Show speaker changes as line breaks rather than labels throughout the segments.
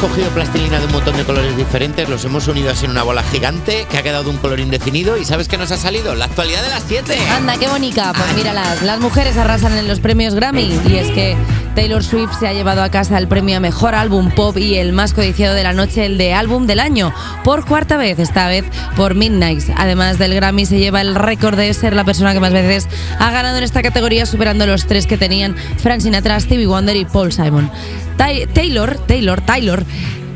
cogido plastilina de un montón de colores diferentes, los hemos unido así en una bola gigante que ha quedado un color indefinido y ¿sabes qué nos ha salido? La actualidad de las 7.
Anda, qué bonita. Pues mira, las, las mujeres arrasan en los premios Grammy y es que Taylor Swift se ha llevado a casa el premio a Mejor Álbum Pop y el más codiciado de la noche, el de Álbum del Año, por cuarta vez, esta vez por Midnight. Además del Grammy se lleva el récord de ser la persona que más veces ha ganado en esta categoría, superando los tres que tenían Frank Sinatra, Stevie Wonder y Paul Simon. Tay- Taylor, Taylor, Taylor.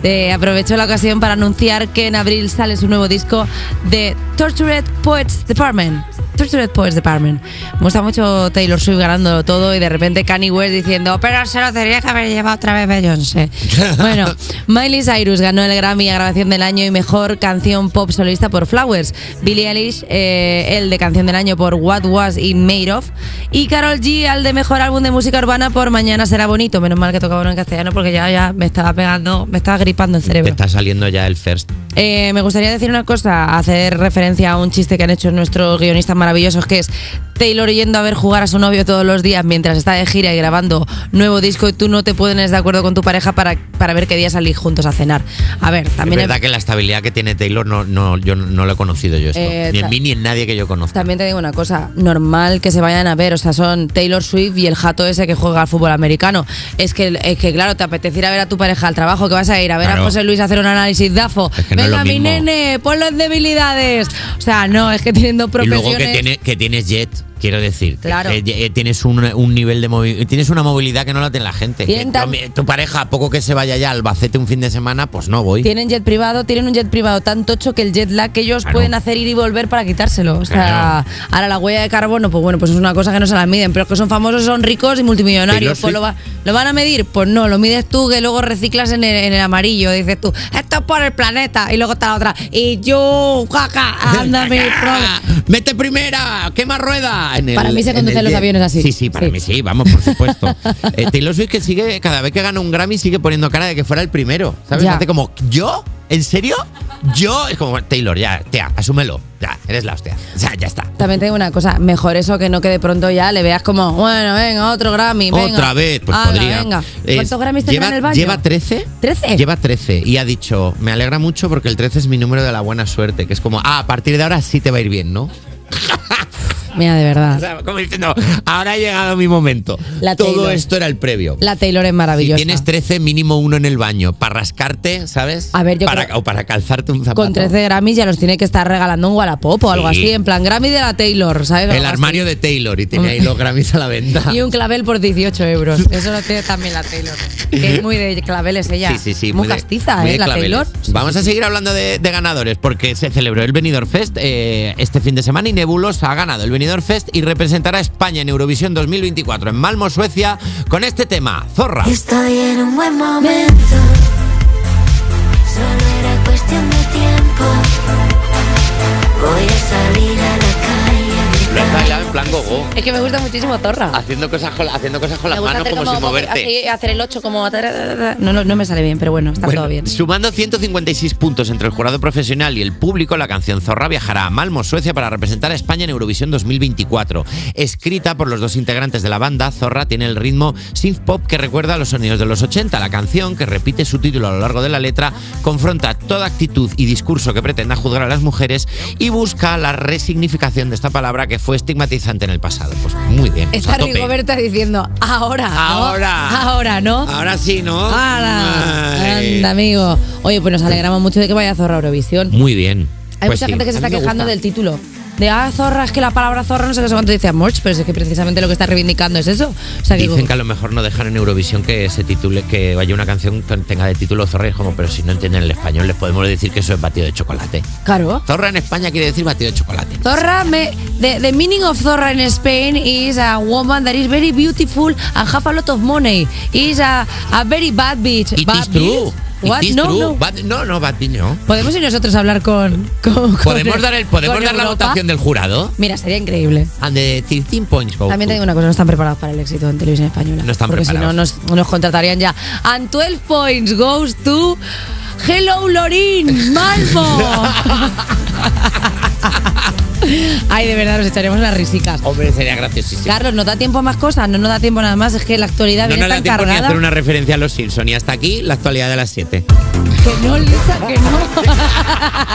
eh, aprovechó la ocasión para anunciar que en abril sale su nuevo disco de Tortured Poets Department. Tortured Poets Department. Me gusta mucho Taylor Swift ganando todo y de repente Kanye West diciendo, pero se lo tendría que haber llevado otra vez Beyoncé. bueno, Miley Cyrus ganó el Grammy a grabación del año y mejor canción pop solista por Flowers. Billie Eilish, eh, el de canción del año por What Was It Made Of. Y Carol G, al de mejor álbum de música urbana por Mañana Será Bonito. Menos mal que tocaba uno en castellano porque ya, ya me estaba pegando, me estaba gripando el
Te
cerebro.
está saliendo ya el first.
Eh, me gustaría decir una cosa, hacer referencia a un chiste que han hecho nuestros guionistas maravillosos, que es Taylor yendo a ver jugar a su novio todos los días mientras está de gira y grabando nuevo disco y tú no te pones de acuerdo con tu pareja para, para ver qué día salir juntos a cenar. A ver, también,
es verdad que la estabilidad que tiene Taylor no, no, yo no lo he conocido yo esto.
Eh,
ni en
ta-
mí ni en nadie que yo conozca.
también te digo una cosa, normal que se vayan a ver, o sea, son Taylor Swift y el jato ese que juega al fútbol americano. Es que, es que claro, te apetece ir a ver a tu pareja al trabajo, que vas a ir a ver
Claro.
a José Luis a hacer un análisis DAFO.
Es que no es
Venga,
lo
mi
mismo.
nene, pon las debilidades. O sea, no, es que tienen dos
Y
profesiones.
luego que, tiene, que tienes jet, quiero decir. que-
Claro.
que, ye- tienes un, un nivel de movilidad, tienes una movilidad que no la tiene la gente.
Tienen
Que
tan-
tu, tu pareja, a poco que se vaya ya al Albacete un fin de semana, pues no voy.
Tienen jet privado, tienen un jet privado tan tocho que el jet lag que ellos
Claro.
pueden hacer ir y volver para quitárselo. O sea,
Ah,
ahora la huella de carbono, pues bueno, pues es una cosa que no se la miden, pero es que son famosos, son ricos y multimillonarios.
Taylor
Pues lo, va- ¿lo van a medir? Pues no, lo mides tú que luego reciclas en el, en el amarillo. Dices tú, esto es por el planeta. Y luego está la otra, y yo, jaca, anda mi
Ah,
pro-
¡Mete primera! ¡Quema rueda! En el-
Para mí se
en
conducen
el
los
jet.
aaviones así.
Sí, sí, para
Sí.
mí sí, vamos, por supuesto. Eh, Taylor Swift que sigue, cada vez que gana un Grammy, sigue poniendo cara de que fuera el primero. ¿Sabes?
Ya.
Hace como, ¿yo? ¿En serio? Yo, es como, Taylor, ya, tía, asúmelo. Ya, eres la hostia. O sea, ya está.
También te digo una cosa, mejor eso que no que de pronto ya le veas como, bueno, venga, otro Grammy, venga.
Otra vez, pues
Hala,
podría.
venga.
Es-
¿Cuántos Grammys
lleva,
tendrá en el baño?
Lleva 13.
¿Trece?
Lleva 13 y ha dicho, me alegra mucho porque el 13 es mi número de la buena suerte, que es como, ah, a partir de ahora sí te va a ir bien, ¿no?
Mira, de verdad.
O sea, como diciendo, ahora ha llegado mi momento.
La
Todo
Taylor.
esto era el previo.
La Taylor es
si
maravillosa.
tienes 13, mínimo uno en el baño, para rascarte, ¿sabes?
A ver, yo
para,
creo-
O para calzarte un zapato.
Con 13 Grammys ya los tiene que estar regalando un Wallapop o algo
Sí.
así, en plan Grammy de la Taylor, ¿sabes?
El
Algo así. Mm.
armario de Taylor y tiene ahí los Grammys a la venta.
Y un clavel por 18 euros. Eso lo tiene también la Taylor. Que es muy de claveles ella.
Eh. Sí, sí, sí.
Muy,
de-
castiza,
muy
¿eh?
de
La
claveles.
Taylor. Sí,
Vamos
sí,
a
sí.
seguir hablando de, de ganadores porque se celebró el Benidorm Fest eh, este fin de semana y Nebulosa ha ganado el Benidorm Fest y representará a España en Eurovisión 2024 en Malmo, Suecia, con este tema, Zorra.
Estoy en un buen momento. Solo era cuestión de tiempo. Voy a salir a la calle. a
Lo has
gritar.
bailado en plan gogo,
Es que me gusta muchísimo Torra.
haciendo cosas con, haciendo cosas con
Me
las
gusta
manos
hacer
como, sin moverte.
así, hacer el 8 como. No, no, no me sale bien, pero bueno, está
Bueno,
todo bien.
Sumando 156 puntos entre el jurado profesional y el público, la canción Zorra viajará a Malmo, Suecia, para representar a España en Eurovisión 2024. Escrita por los dos integrantes de la banda, Zorra tiene el ritmo synth pop que recuerda a los sonidos de los 80. La canción, que repite su título a lo largo de la letra, confronta toda actitud y discurso que pretenda juzgar a las mujeres y busca la resignificación de esta palabra que fue estigmatizante en el pasado. Pues muy bien. pues a
Está
tope.
Rigoberta diciendo, ahora. ¿no?
Ahora.
Ahora, ¿no?
Ahora sí, ¿no?
¡Hala!
Ay.
Anda, amigo. Oye, pues nos alegramos mucho de que vaya Zorra a Eurovisión.
Muy bien.
Hay
Pues
mucha
sí,
gente que se
a mí
está
me
quejando
gusta.
del título. De, ah, Zorra, es que la palabra Zorra no sé qué sé cuánto dice Amorch, pero es que precisamente lo que está reivindicando es eso. O sea, que
Dicen que a lo mejor no dejan en Eurovisión que se titule, que vaya una canción que tenga de título Zorra y es como, pero si no entienden el español, les podemos decir que eso es batido de chocolate.
claro.
Zorra en España quiere decir batido de chocolate.
Zorra, me, the, the meaning of Zorra in Spain is a woman that is very beautiful and have a lot of money. Is a, a very bad bitch.
It
bad
is true.
bitch? What?
It is
no,
true.
no.
Bad- no, no, bad bitch no.
Podemos ir nosotros a hablar con. con- con-
¿Podemos dar, el, podemos
con
dar la
Europa?
votación del jurado?
Mira, sería increíble.
And the 13 points go
También
to-
te digo una cosa, no están preparados para el éxito en televisión española.
No están
porque
preparados.
si no, nos, nos contratarían ya. And 12 points goes to Hello Lorín, Malmo. Ay, de verdad, nos echaremos las risicas.
Hombre, sería graciosísimo.
Carlos, ¿nos da tiempo a más cosas? No nos da tiempo nada más, es que la actualidad
No
viene
nos da
tan
tiempo ni a
cargada.
hacer una referencia a los Simpson y hasta aquí la actualidad de las 7.
Que no, Lisa, que no.